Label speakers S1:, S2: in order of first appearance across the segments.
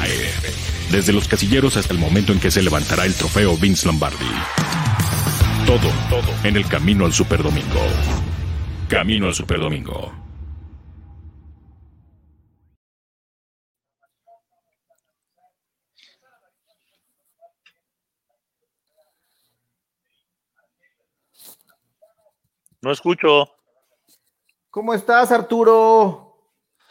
S1: ANFL. Desde los casilleros hasta el momento en que se levantará el trofeo Vince Lombardi. Todo, todo en el camino al Superdomingo. Camino al Superdomingo.
S2: No escucho.
S3: ¿Cómo estás, Arturo?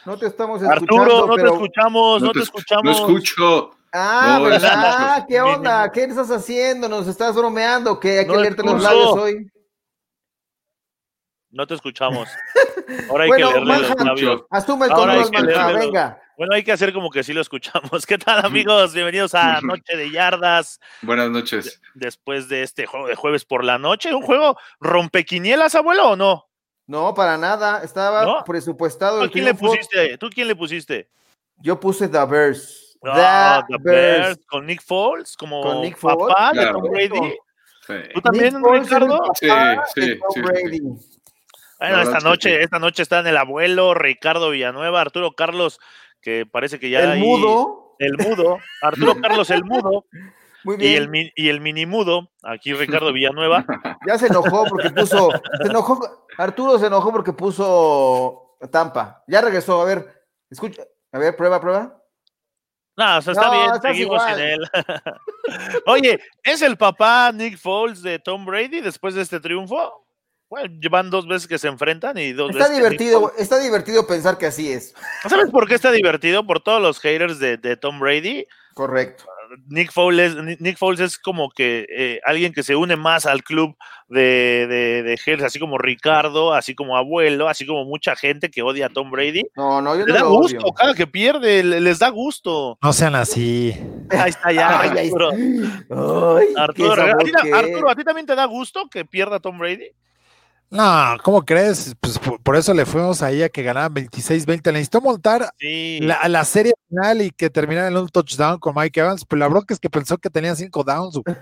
S3: No te estamos escuchando.
S2: Arturo, no
S3: pero-
S2: te escuchamos, no, te, escuchamos.
S4: No escucho.
S3: Ah,
S4: No,
S3: ¿verdad? Ah,
S4: escucho.
S3: ¿Qué onda? ¿Qué estás haciendo? ¿Nos estás bromeando? que Hay que
S2: No
S3: leerte los
S2: escucho.
S3: labios hoy.
S2: No te escuchamos. Ahora hay
S3: Bueno,
S2: que leerle los
S3: Manhattan.
S2: labios.
S3: Asume el
S2: Ahora hay
S3: control,
S2: que
S3: Manja,
S2: leerle los-
S3: venga.
S2: Bueno, hay que hacer como que sí lo escuchamos. ¿Qué tal, amigos? Bienvenidos a
S4: Ujú.
S2: Noche de Yardas,
S4: Buenas noches.
S2: después de este juego de jueves por la noche. ¿Un juego rompequinielas, abuelo, o no?
S3: No, para nada. Estaba
S2: ¿No?
S3: presupuestado
S2: ¿Tú
S3: el
S2: a quién le
S3: triunfo.
S2: pusiste? ¿Tú quién le pusiste?
S3: Yo puse The Bears.
S2: Ah,
S3: The
S2: The
S3: Bears.
S2: Bears, con Nick Foles, como
S3: pues, Con Nick
S2: papá
S4: Foles,
S2: de Tom
S3: claro.
S2: Brady.
S4: Sí.
S2: ¿Tú también,
S3: Nick Foles era el
S2: Ricardo?
S3: papá
S4: Sí,
S3: de
S4: sí,
S3: Tom
S4: sí, sí.
S3: Brady.
S2: Bueno,
S4: La
S2: esta
S4: verdad es que
S2: noche,
S4: sí.
S2: esta noche están el abuelo, Ricardo Villanueva, Arturo Carlos, que parece que ya
S3: El
S2: ahí-
S3: mudo.
S2: el mudo, Arturo Carlos el mudo
S3: Muy
S2: y
S3: bien.
S2: el mi- y el mini mudo, aquí Ricardo Villanueva.
S3: Ya se enojó porque puso. Se enojó. Arturo se enojó porque puso Tampa. Ya regresó. A ver, escucha. A ver, prueba, prueba.
S2: No, o sea, está
S3: No,
S2: bien,
S3: estás
S2: seguimos
S3: igual.
S2: sin él. Oye, ¿es el papá Nick Foles de Tom Brady después de este triunfo? Bueno, llevan dos veces que se enfrentan y dos
S3: Está
S2: veces. que Nick
S3: divertido,
S2: Foles-
S3: está divertido pensar que así es.
S2: ¿Sabes por qué está divertido? Por todos los haters de, de Tom Brady.
S3: Correcto.
S2: Nick Foles, Nick Foles es como que eh, alguien que se une más al club de, de, de haters, así como Ricardo, así como abuelo, así como mucha gente que odia a Tom Brady.
S3: No, no, yo
S2: Le
S3: no
S2: da
S3: lo
S2: gusto,
S3: odio.
S2: cada que pierde, le- les da gusto.
S5: No sean así.
S2: Ahí está ya,
S3: Ay, ahí
S2: Arturo.
S3: está. Ay, qué
S2: Arturo,
S3: sabor
S2: ¿a ti ta-
S3: que
S2: Arturo,
S3: es.
S2: ¿a ti también te da gusto que pierda Tom Brady?
S5: No, ¿cómo crees? Pues por, por eso le fuimos ahí a que ganaran 26-20. Le necesitó montar
S2: Sí.
S5: la, a la serie final y que terminara en un touchdown con Mike Evans, pero la bronca es que pensó que tenía cinco downs. güey.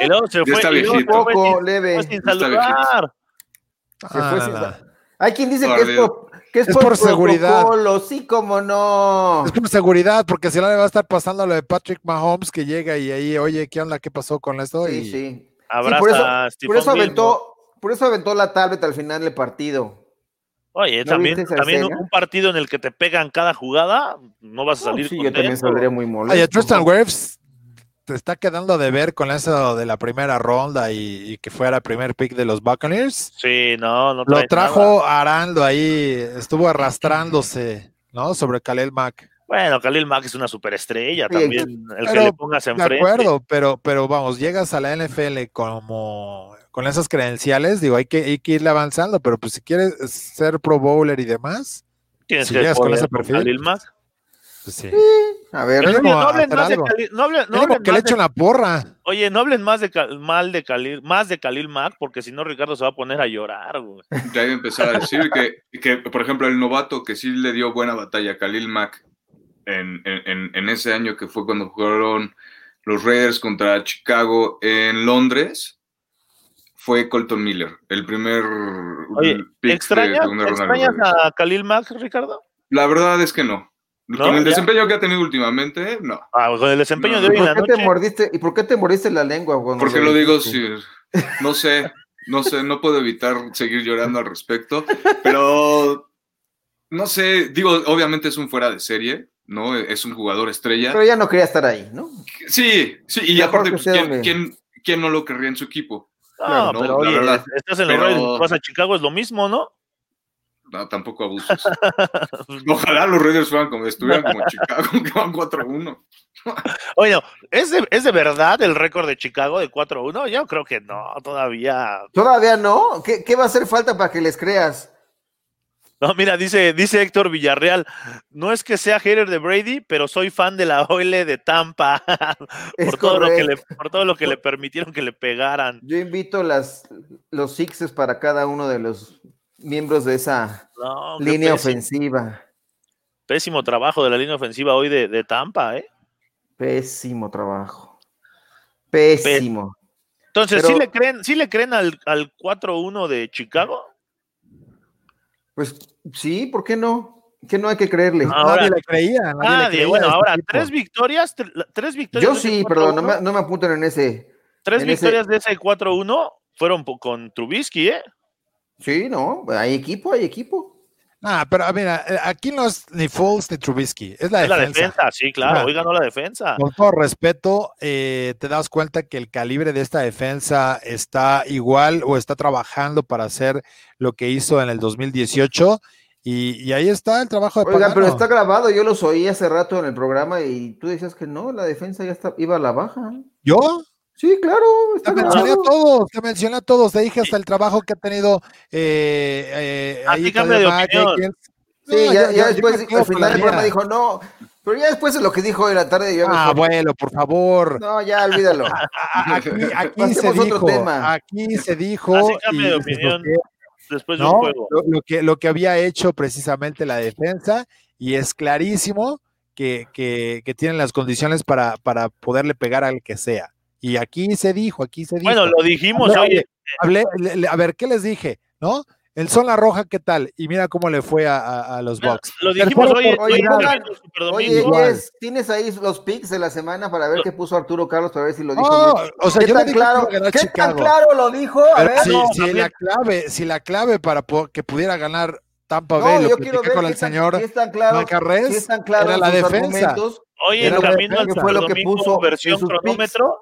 S2: El otro se
S4: Ya
S2: fue,
S4: está
S2: y luego se
S4: viejito.
S2: fue sin-
S3: Poco,
S2: fue
S3: leve.
S2: sin
S4: Ya está
S2: saludar.
S3: fue
S5: Ah,
S3: sin
S5: no,
S3: sa- Hay quien dice que es
S4: Perdido.
S3: por, que es
S5: Es
S3: por,
S5: por seguridad.
S3: protocolo, Sí, como no.
S5: no. Es por seguridad, porque si no le va a estar pasando lo de Patrick Mahomes que llega y ahí, oye, ¿qué onda? ¿Qué pasó con esto?
S3: Sí,
S5: y
S3: sí.
S2: Abraza
S3: Sí, por eso-
S2: a
S3: Por
S2: Stephon
S3: eso
S2: Gilmore.
S3: aventó, por eso aventó la tablet al final del partido.
S2: Oye,
S3: ¿No
S2: también,
S3: viste esa
S2: también un
S3: escena?
S2: un partido en el que te pegan cada jugada, no vas a salir
S3: No, sí, yo
S2: contento.
S3: también saldría muy molesto.
S5: Oye, Tristan Wirfs te está quedando de ver con eso de la primera ronda y, y que fuera primer pick de los Buccaneers.
S2: Sí, no, no
S5: Lo
S2: traes nada.
S5: trajo arando ahí, estuvo arrastrándose, ¿no? Sobre Kalel Mack.
S2: Bueno, Khalil Mack es una superestrella
S3: Oye,
S2: también. El que
S5: pero,
S2: le pongas
S5: De
S2: enfrente.
S5: acuerdo, pero, pero vamos, llegas a la NFL como con esas credenciales, digo, hay que, hay que irle avanzando, pero pues si quieres ser pro bowler y demás,
S2: Tienes
S5: Si
S2: que
S5: llegas con
S2: poner
S5: ese
S2: con
S5: perfil,
S2: Khalil Mack.
S5: pues sí.
S3: A ver,
S5: Mínimo
S2: Oye, no
S5: a
S2: hablen
S5: hacer
S2: más de
S5: algo.
S2: Khalil- no hablen- no
S5: Mínimo
S2: hablen
S5: que le
S2: más de
S5: echen la porra.
S2: Oye, no hablen más de Cal- mal de Khalil, más de Khalil Mack, porque si no Ricardo se va a poner a llorar, güey.
S4: Ya iba a empezar a decir que, que, por ejemplo, el novato que sí le dio buena batalla a Khalil Mack en, en- en- en ese año que fue cuando jugaron los Raiders contra Chicago en Londres, fue Colton Miller, el primer
S2: Oye,
S4: pick
S2: ¿Extrañas,
S4: segunda ronda de los
S2: extrañas
S4: Raiders.
S2: a Khalil Mack, Ricardo?
S4: La verdad es que no.
S2: ¿No?
S4: Con el
S2: Ya.
S4: desempeño que ha tenido últimamente, no.
S2: Ah, con el desempeño
S4: No.
S2: de
S3: ¿y
S2: hoy en
S3: por
S2: la
S3: qué te
S2: noche.
S3: mordiste? ¿Y por qué te mordiste la lengua, Gonzalo?
S4: ¿Por qué lo digo si no sé, no sé, no puedo evitar seguir llorando al respecto, pero no sé, digo, obviamente es un fuera de serie, ¿no? Es un jugador estrella.
S3: Pero ya no quería estar ahí, ¿no?
S4: Sí, sí, y
S3: Mejor
S4: aparte,
S3: que
S4: pues,
S3: sea
S4: ¿quién,
S3: hombre.
S4: quién- quién no lo querría en su equipo?
S2: No,
S4: Claro, no,
S2: Ah, pero
S4: la
S2: oye,
S4: verdad.
S2: estás en los
S4: Pero-
S2: Raiders, vas a Chicago, es lo mismo, ¿no?
S4: No, tampoco abusos. Pues, Ojalá los Raiders fueran como estuvieran como Chicago, que van 4-1.
S2: Oye, ¿es de, ¿es de verdad el récord de Chicago de 4-1? Yo creo que no, todavía.
S3: Todavía no. ¿Qué, qué va a hacer falta para que les creas?
S2: No, mira, dice, dice Héctor Villarreal, no es que sea hater de Brady, pero soy fan de la OL de Tampa,
S3: Es
S2: por, todo lo que le,
S3: correcto.
S2: por todo lo que le permitieron que le pegaran.
S3: Yo invito las, los sixes para cada uno de los miembros de esa
S2: No, qué
S3: línea
S2: pésimo,
S3: ofensiva.
S2: pésimo trabajo de la línea ofensiva hoy de, de Tampa, ¿eh?
S3: Pésimo trabajo. Pésimo.
S2: Entonces, ¿sí
S3: Pero-
S2: le creen, sí le creen al, al 4-1 de Chicago?
S3: Pues sí, ¿por qué no? que no hay que creerle.
S2: Ahora-
S5: nadie le creía. Nadie, le
S2: Nadie,
S5: creía
S2: bueno,
S5: a este
S2: ahora,
S5: tipo.
S2: tres victorias, tre- la- tres victorias.
S3: Yo
S2: de ese
S3: sí,
S2: 4-1,
S3: perdón, no me, no me apunten en ese.
S2: Tres
S3: en ese-
S2: victorias de ese 4-1 fueron po- con Trubisky, ¿eh?
S3: Sí, no, hay equipo, hay equipo.
S5: Ah, pero mira, eh, aquí no es ni Foles ni Trubisky, es la
S2: Es
S5: defensa.
S2: la defensa, sí, claro,
S5: Ah.
S2: hoy ganó la defensa.
S5: Con todo respeto, eh, te das cuenta que el calibre de esta defensa está igual o está trabajando para hacer lo que hizo en el 2018 y, y ahí está el trabajo de
S3: Oiga, pero
S5: Pagano.
S3: está grabado, yo los oí hace rato en el programa y tú decías que no, la defensa ya está, iba a la baja.
S5: Yo
S3: Sí, claro,
S5: te
S3: está
S5: mencioné a
S3: grabado.
S5: todos, te mencioné a todos, te dije hasta el trabajo que ha tenido eh, eh,
S2: A
S5: ahí
S2: ti cambia
S5: Tadeo
S2: de
S5: Mack,
S2: opinión.
S5: Jenkins.
S3: Sí,
S5: No,
S3: ya,
S5: yo-
S3: ya
S5: yo- yo
S3: después,
S5: me quedo
S3: al
S5: con la
S3: final del programa
S5: mía.
S3: dijo no, pero ya después de lo que dijo en la tarde, yo
S5: Ah,
S3: dije,
S5: bueno, por favor.
S3: no, ya olvídalo.
S5: A- Aquí, aquí se
S3: Pasemos otro
S5: dijo, Ah,
S3: tema.
S5: aquí se dijo.
S2: Así cambia de
S5: y pues,
S2: opinión.
S5: lo que-
S2: Después de
S5: ¿no?
S2: un juego.
S5: Lo, lo que, lo que había hecho precisamente la defensa y es clarísimo que, que- que tienen las condiciones para, para poderle pegar al que sea. Y aquí se dijo, aquí se dijo.
S2: Bueno, lo dijimos, este,
S5: Hablé-
S2: oye,
S5: Hablé- le- le- a ver, ¿qué les dije? ¿No? El Sol La Roja, ¿qué tal? Y mira cómo le fue a, a- a los Bucks.
S2: lo dijimos,
S5: Tercera
S2: oye,
S3: oportunidad.
S2: hoy ganó el Superdomingo.
S3: Oye,
S5: igual.
S3: Jess, ¿tienes ahí los picks de la semana para ver qué puso Arturo Carlos para ver si lo dijo?
S5: No,
S3: bien?
S5: Oh, o sea,
S3: ¿Qué
S5: yo no
S3: tan
S5: dije que
S3: claro,
S5: iba a ganar
S3: ¿qué tan
S5: Chicago.
S3: claro lo dijo? A
S5: Pero
S3: ver,
S5: si,
S2: no,
S5: si
S2: también.
S5: la clave, si la clave para po- que pudiera ganar Tampa
S3: no,
S5: Bay, lo
S3: yo quiero
S5: platiqué
S3: ver
S5: con
S3: qué
S5: el
S3: tan-
S5: señor
S3: si es tan claro,
S5: Macarrés,
S3: si es tan claro
S5: era
S3: en
S5: la
S3: sus
S5: defensa.
S3: argumentos.
S2: Oye,
S5: Era
S2: en
S5: la
S2: camino al
S5: defensa. Fue
S3: lo que
S2: Superdomingo,
S3: puso en
S2: versión
S3: sus picks.
S2: cronómetro,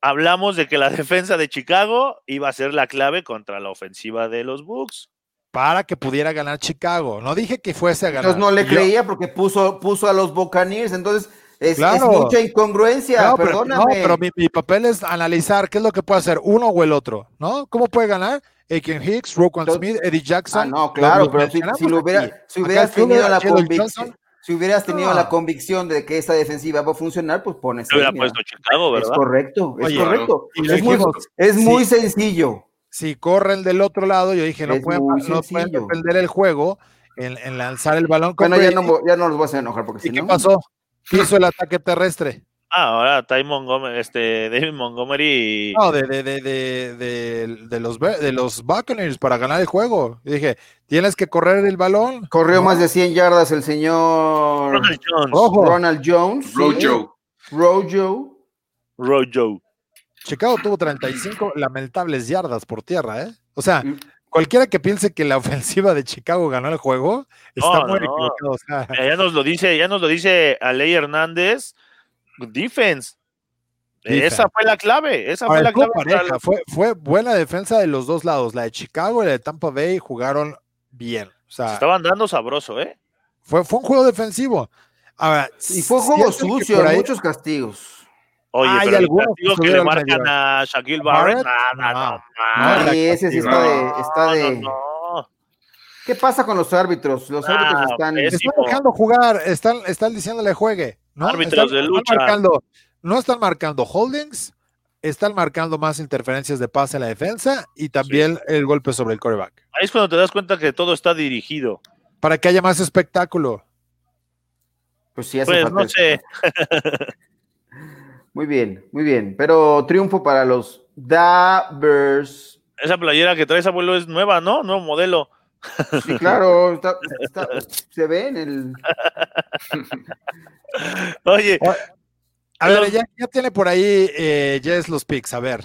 S2: hablamos de que la defensa de Chicago iba a ser la clave contra la ofensiva de los Bucks.
S5: para que pudiera ganar Chicago. No dije que fuese a ganar.
S3: Entonces no le
S5: Yo-
S3: creía porque puso, puso a los Buccaneers, entonces es,
S5: Claro.
S3: es mucha incongruencia,
S5: No, pero,
S3: perdóname.
S5: no, pero mi, mi papel es analizar qué es lo que puede hacer uno o el otro, ¿no? ¿Cómo puede ganar? Aiken Hicks, Roquan
S3: Entonces-
S5: Smith, Eddie Jackson.
S3: Ah, no,
S5: Lo-
S3: claro,
S5: lo
S3: pero si,
S5: mencionamos
S3: si lo hubiera-
S5: aquí.
S3: si
S5: Acá
S3: hubieras
S5: el club
S3: tenido
S5: era
S3: la
S5: Jalen
S3: convicción,
S5: Johnson.
S3: si hubieras tenido
S5: No.
S3: la convicción de que esta defensiva va a funcionar, pues pones.
S2: Se hubiera
S3: ahí, mira.
S2: puesto Chicago,
S3: es
S2: ¿verdad?
S3: correcto, es
S5: Oye,
S3: correcto.
S5: Y
S4: lo
S3: Es muy,
S5: dijimos,
S3: es
S5: Sí.
S3: muy sencillo.
S5: si corren del otro lado, yo dije, no
S3: Es
S5: pueden,
S3: muy
S5: no pueden
S3: sencillo.
S5: defender el juego en, en lanzar el balón. con
S3: Bueno, ya
S5: Brady.
S3: no, mo- ya no los voy a hacer enojar porque
S5: ¿Y
S3: si
S5: qué
S3: no.
S5: pasó? ¿Qué hizo el ataque terrestre?
S2: Ah, ahora Ty Montgomery, este, David Montgomery.
S5: No, de, de, de, de, de- de los, Be- de los Buccaneers para ganar el juego. Yo dije, tienes que correr el balón.
S3: Corrió
S5: No,
S3: más de 100 yardas el señor
S2: Ronald Jones,
S5: Ojo,
S3: Ronald Jones. sí.
S4: Rojo.
S3: Rojo.
S2: Rojo.
S5: Chicago tuvo 35 lamentables yardas por tierra, ¿eh? O sea,
S3: Mm.
S5: cualquiera que piense que la ofensiva de Chicago ganó el juego está
S2: No,
S5: muy
S2: no.
S5: equivocado. o sea,
S2: Mira, Ya nos lo dice, ya nos lo dice Aley Hernández. Defense.
S5: Defense.
S2: Esa fue la clave. Esa
S5: ahora,
S2: fue la
S5: estuvo
S2: clave. para
S5: pareja, fue, fue buena defensa de los dos lados. La de Chicago y la de Tampa Bay jugaron bien. O
S2: la- se
S5: sea,
S2: estaban dando sabroso, ¿eh?
S5: fue, fue un juego defensivo. Ahora,
S3: Y fue juego
S5: siento que
S3: sucio,
S5: por ahí-
S3: muchos castigos.
S2: Oye,
S5: Ah, hay
S2: pero el
S5: algunos que
S2: castigo que le
S5: subieron
S2: marcan
S5: medio.
S2: a Shaquille Barrett.
S5: Barrett?
S2: No, no, no,
S5: Ah,
S3: y
S5: la
S3: ese sí está
S4: castigada.
S3: de, está de.
S2: no, no, no.
S3: ¿Qué pasa con los árbitros? Los
S2: Ah,
S3: árbitros están.
S2: es-
S5: Están
S2: Tipo-
S5: dejando jugar, están, están diciéndole juegue. ¿no?
S2: Árbitros
S5: Están-
S2: de
S5: están
S2: lucha.
S5: marcando- no están marcando holdings, están marcando más interferencias de pase a la defensa y también el golpe sobre el coreback.
S2: Ahí es cuando te das cuenta que todo está dirigido.
S5: Para que haya más espectáculo.
S3: Pues sí, hace
S2: Pues
S3: falta
S2: no
S3: el-
S2: sé,
S3: Muy bien, muy bien. Pero triunfo para los Davers.
S2: esa playera que traes, abuelo, es nueva, ¿no? Nuevo modelo.
S3: Sí, claro, está- está- se ve en el.
S2: Oye,
S5: A
S2: Pero-
S5: ver, ya, ya tiene por ahí eh, Jess los picks, a ver.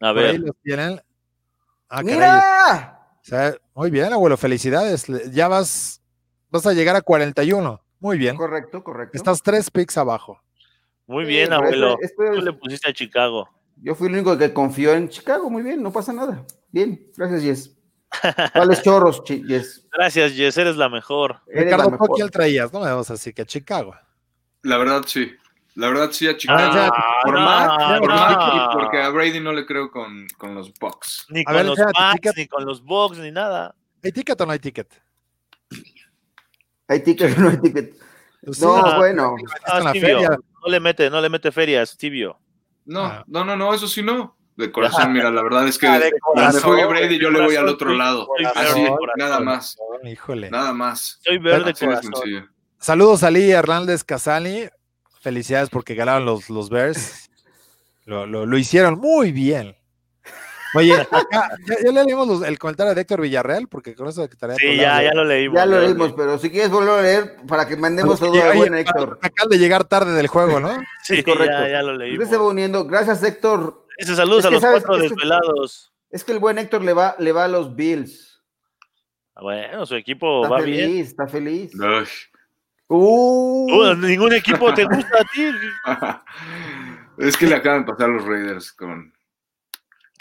S2: a
S5: Por ahí
S2: ver,
S5: los tienen. Ah, caray.
S3: ¡Mira!
S5: O sea, muy bien, abuelo, felicidades. Le- Ya vas, vas a llegar a 41. Muy bien.
S3: Correcto, correcto.
S5: Estás tres picks abajo.
S2: muy
S3: Sí,
S2: bien,
S3: pero
S2: abuelo.
S3: este- este-
S2: Tú le pusiste a Chicago.
S3: Yo fui el único que confió en Chicago. Muy bien, no pasa nada. Bien, gracias, Jess. ¿Cuáles chorros, Chi- Jess?
S2: Gracias, Jess, eres la mejor.
S3: Eres la
S5: Ricardo, ¿tú a
S3: mejor.
S5: quién traías? No me vas a decir que a Chicago.
S4: La verdad, sí. La verdad, sí, a
S5: Ah,
S4: Chicago.
S5: ya,
S4: por
S2: no,
S4: Mac, por
S2: Ah, no.
S4: Mac y porque a Brady no le creo con, con los Bucks.
S2: Ni
S5: A
S2: con
S5: ver,
S2: los
S5: espérate,
S2: Pats,
S5: chica.
S2: ni con los Bucks, ni nada.
S5: ¿Hay ticket o no hay ticket?
S3: ¿Hay ticket o no hay ticket?
S5: Pues sí,
S3: No,
S2: ah,
S3: bueno.
S5: está en
S2: Ah,
S5: la
S2: tibio.
S5: feria.
S2: No le mete, no le mete ferias, tibio.
S4: No,
S5: Ah.
S4: no, no, no, eso sí no. De corazón, mira, la verdad es que
S5: Ah,
S4: donde
S5: de corazón,
S4: juegue Brady yo le voy al
S2: corazón,
S4: otro
S2: sí,
S4: lado.
S2: soy
S4: Así,
S2: verde corazón.
S4: nada más,
S5: Híjole.
S4: nada más.
S2: Soy verde
S4: Así de
S2: corazón.
S4: sencillo.
S5: Saludos a Lee Hernández Casani. Felicidades porque ganaron los, los Bears. Lo, lo- lo hicieron muy bien. Oye, acá, ya, ya le leímos los- el comentario de Héctor Villarreal, porque con eso de que tarea
S2: Sí,
S5: colada,
S2: ya,
S5: güey.
S2: ya lo leímos.
S3: Ya lo
S2: ya
S3: leímos, pero si quieres volver a leer para que mandemos todo
S5: Oye,
S3: a buen
S5: oye,
S3: Héctor.
S5: Acá de llegar tarde del juego, ¿no?
S2: Sí,
S3: Es correcto. Pues
S2: ya, ya lo
S3: Usted
S2: leímos.
S3: se va uniendo. Gracias, Héctor.
S2: Dice saludos
S3: Es que
S2: a los
S3: sabes-
S2: cuatro
S3: es que-
S2: desvelados.
S3: Es que el buen Héctor le va, le va a los Bills.
S2: Ah, Bueno, su equipo
S3: Está
S2: va
S3: feliz,
S2: bien.
S3: está feliz.
S4: Ay.
S3: Uh,
S2: Uh, ningún equipo te gusta a ti.
S4: es que le acaban de pasar los Raiders con,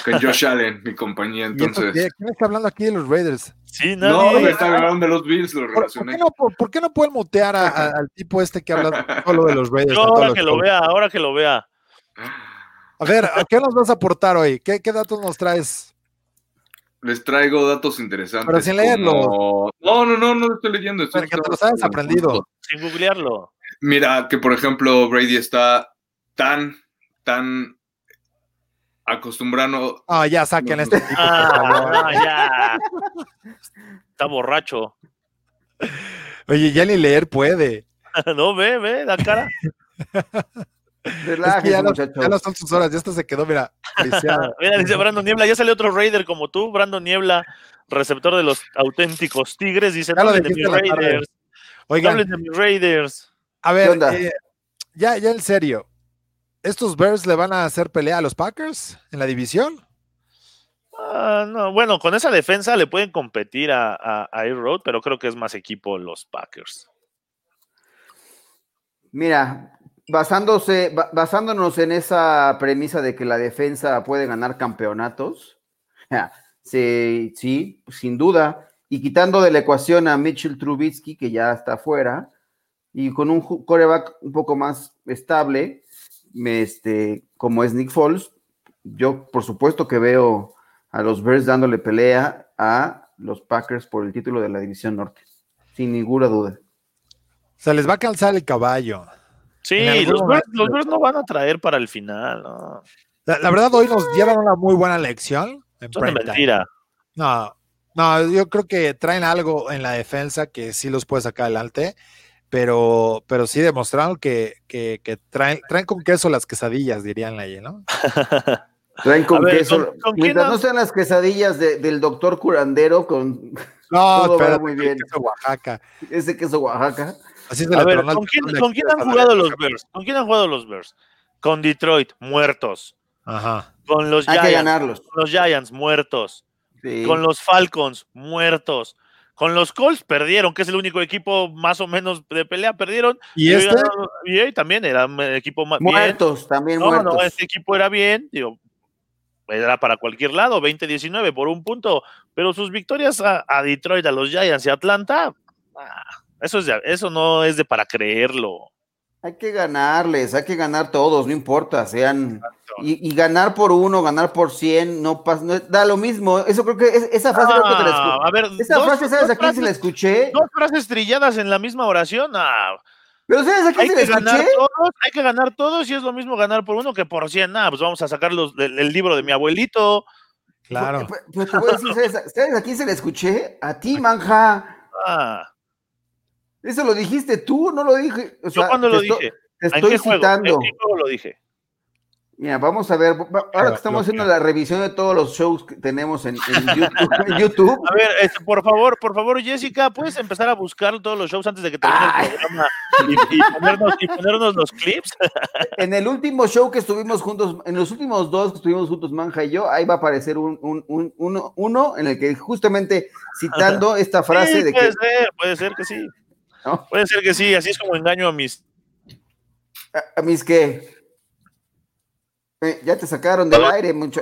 S4: con Josh Allen, mi compañía.
S5: ¿Y esto qué?
S4: Entonces,
S5: ¿Quién está hablando aquí de los Raiders?
S2: Sí,
S4: no,
S2: nadie.
S4: me está hablando de los Bills, lo
S5: ¿Por, por
S4: relacioné.
S5: qué no, por- por qué no pueden mutear a- a- al tipo este que habla solo de los Raiders?
S2: Yo
S5: a todos
S2: ahora
S5: los
S2: que lo
S5: shows?
S2: vea, ahora que lo vea.
S5: A ver, ¿a qué nos vas a aportar hoy? ¿Qué, qué datos nos traes?
S4: Les traigo datos interesantes.
S5: Pero sin leerlo.
S4: como- No, no, no, no lo estoy leyendo. estoy
S5: Para que te
S4: buscando
S5: los hayas
S4: los
S5: aprendido.
S2: Sin googlearlo.
S4: Mira, que por ejemplo Brady está tan, tan acostumbrado.
S5: Ah, ya saquen a este tipo. por favor.
S2: Ah, ya. Está borracho.
S5: Oye, ya ni leer puede.
S2: No, ve, ve, la cara.
S5: Es que
S3: relájese,
S5: ya, no,
S3: muchachos.
S5: ya no son sus horas, ya esta se quedó, mira, lisiada.
S2: Mira, dice Brandon Niebla, ya salió otro Raider como tú, Brandon Niebla, receptor de los auténticos Tigres, dice,
S5: Ya
S2: no
S5: lo
S2: hablen de mis
S5: dijiste en la tarde.
S2: Raiders, no
S5: Oigan,
S2: hablen de mis Raiders.
S5: a
S3: ¿Qué
S5: ver,
S3: onda?
S5: eh, ya, ya en serio, ¿estos Bears le van a hacer pelea a los Packers en la división?
S2: Ah, no, bueno, con esa defensa le pueden competir a, a, a Road, pero creo que es más equipo los Packers.
S3: Mira, basándose, ba- basándonos en esa premisa de que la defensa puede ganar campeonatos, sí, sí, sin duda, y quitando de la ecuación a Mitchell Trubisky, que ya está fuera, y con un ju- coreback un poco más estable, me- este, como es Nick Foles, yo por supuesto que veo a los Bears dándole pelea a los Packers por el título de la División Norte, sin ninguna duda.
S5: Se les va a cansar el caballo. En
S2: Sí,
S5: algún
S2: los Bears,
S5: momento.
S2: los Bears no van a traer para el final, no.
S5: La, la verdad, hoy nos dieron una muy buena lección. En
S2: Son de
S5: prime time.
S2: mentira.
S5: No, no, yo creo que traen algo en la defensa que sí los puede sacar adelante, pero, pero sí demostraron que, que, que traen, traen con queso las quesadillas, dirían ahí, ¿no?
S3: Traen con
S2: A ver,
S3: queso.
S2: ¿con- con quién
S3: Mientras no
S2: has-
S3: sean las quesadillas de- del doctor curandero con
S5: No,
S3: Todo va
S5: espérate,
S3: muy
S5: el
S3: bien.
S5: queso Oaxaca.
S3: ese queso Oaxaca.
S5: Así se
S2: A
S5: le
S2: ver,
S5: tronó el
S2: ¿con quién,
S5: tendón de
S2: con quién
S5: Aquiles a
S2: han
S5: la
S2: jugado
S5: derecha.
S2: los Bears? ¿Con quién han jugado los Bears? Con Detroit, muertos.
S5: Ajá.
S2: Con los
S3: Hay que
S2: Giants,
S3: ganarlos.
S2: con los Giants, muertos.
S3: Sí.
S2: con los Falcons muertos, con los Colts perdieron, que es el único equipo más o menos de pelea, perdieron.
S5: Y este,
S2: ganaron- y ahí también era un equipo más
S3: muertos, también
S2: No,
S3: muertos.
S2: no, este equipo era bien, digo, era para cualquier lado, 20-19 por un punto, pero sus victorias a, a Detroit, a los Giants y a Atlanta, ah, eso, es de- eso no es de para creerlo.
S3: Hay que ganarles, hay que ganar todos, no importa, sean. Y, y ganar por uno, ganar por cien, no pasa, no- da lo mismo. Eso creo que es- esa frase creo que te la
S2: Ah,
S3: escu-
S2: a ver,
S3: Esa
S2: dos-
S3: frase, ¿sabes
S2: dos
S3: a quién se la
S2: frases-
S3: escuché?
S2: dos frases trilladas en la misma oración, ah,
S3: Pero ¿sabes a quién
S2: hay
S3: se la
S2: que ganar
S3: escuché?
S2: todos, hay que ganar todos y es lo mismo ganar por uno que por cien. Nada, pues vamos a sacar los- el, el libro de mi abuelito.
S5: claro.
S3: Pero- pero Pues, te voy a decir, ¿sabes, a- ¿sabes a quién se la escuché? A ti, manja.
S2: Ah,
S3: Eso lo dijiste tú, no lo dije. O
S2: yo
S3: sea,
S2: cuando
S3: te
S2: lo
S3: esto-
S2: dije,
S3: Te
S2: ¿en
S3: estoy
S2: qué, juego? ¿en
S3: citando.
S2: qué juego lo dije?
S3: Mira, vamos a ver. va- Ahora
S5: Claro,
S3: que estamos
S5: lo
S3: haciendo
S5: que-
S3: la revisión de todos los shows que tenemos en, en YouTube, en YouTube,
S2: A ver, este, por favor, por favor, Jessica, puedes empezar a buscar todos los shows antes de que termine
S3: Ay.
S2: el programa y, y ponernos, y ponernos los clips.
S3: en el último show que estuvimos juntos, en los últimos dos que estuvimos juntos, Manja y yo, ahí va a aparecer un, un- un- uno, uno en el que justamente citando esta frase
S2: Sí,
S3: de
S2: puede
S3: que.
S2: ser, puede ser que sí.
S3: ¿no?
S2: Puede ser que sí, así es como engaño a mis.
S3: A, a mis que. Eh, ya te sacaron del aire, mucho.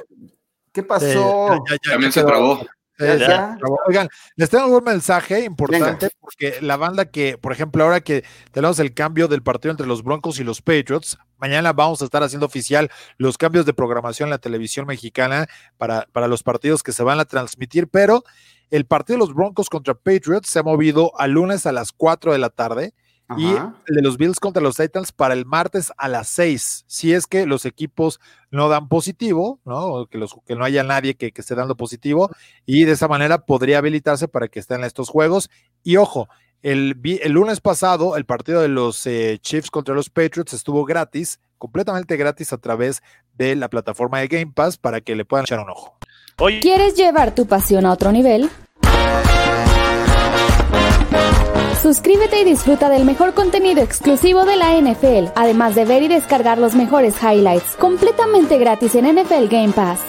S3: ¿Qué
S5: Sí,
S3: pasó?
S5: ya- ya- ya
S4: También se
S5: quedó.
S4: trabó.
S5: Sí,
S3: Ya,
S5: sí,
S3: ya.
S5: se trabó. Oigan, les tengo un mensaje importante porque la banda que, por ejemplo, ahora que tenemos el cambio del partido entre los Broncos y los Patriots, mañana vamos a estar haciendo oficial los cambios de programación en la televisión mexicana para, para los partidos que se van a transmitir, pero el partido de los Broncos contra Patriots se ha movido al lunes a las 4 de la tarde y
S3: Ajá.
S5: el de los Bills contra los Titans para el martes a las 6, si es que los equipos no dan positivo, ¿no? O que, los, que no haya nadie que, que esté dando positivo, y de esa manera podría habilitarse para que estén estos juegos. Y ojo, el, vi- el lunes pasado, el partido de los eh, Chiefs contra los Patriots estuvo gratis, completamente gratis a través de la plataforma de Game Pass para que le puedan echar un ojo.
S2: Oye,
S6: ¿Quieres llevar tu pasión a otro nivel? Suscríbete y disfruta del mejor contenido exclusivo de la NFL, además de ver y descargar los mejores highlights completamente gratis en NFL Game Pass.